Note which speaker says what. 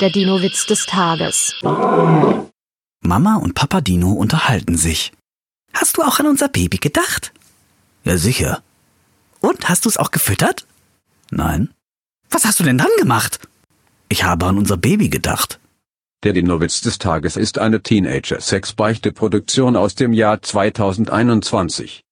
Speaker 1: Der Dino-Witz des Tages.
Speaker 2: Mama und Papa Dino unterhalten sich. Hast du auch an unser Baby gedacht? Ja, sicher. Und hast du es auch gefüttert? Nein. Was hast du denn dann gemacht? Ich habe an unser Baby gedacht.
Speaker 3: Der Dinowitz des Tages ist eine Teenager-Sex-Beichte-Produktion aus dem Jahr 2021.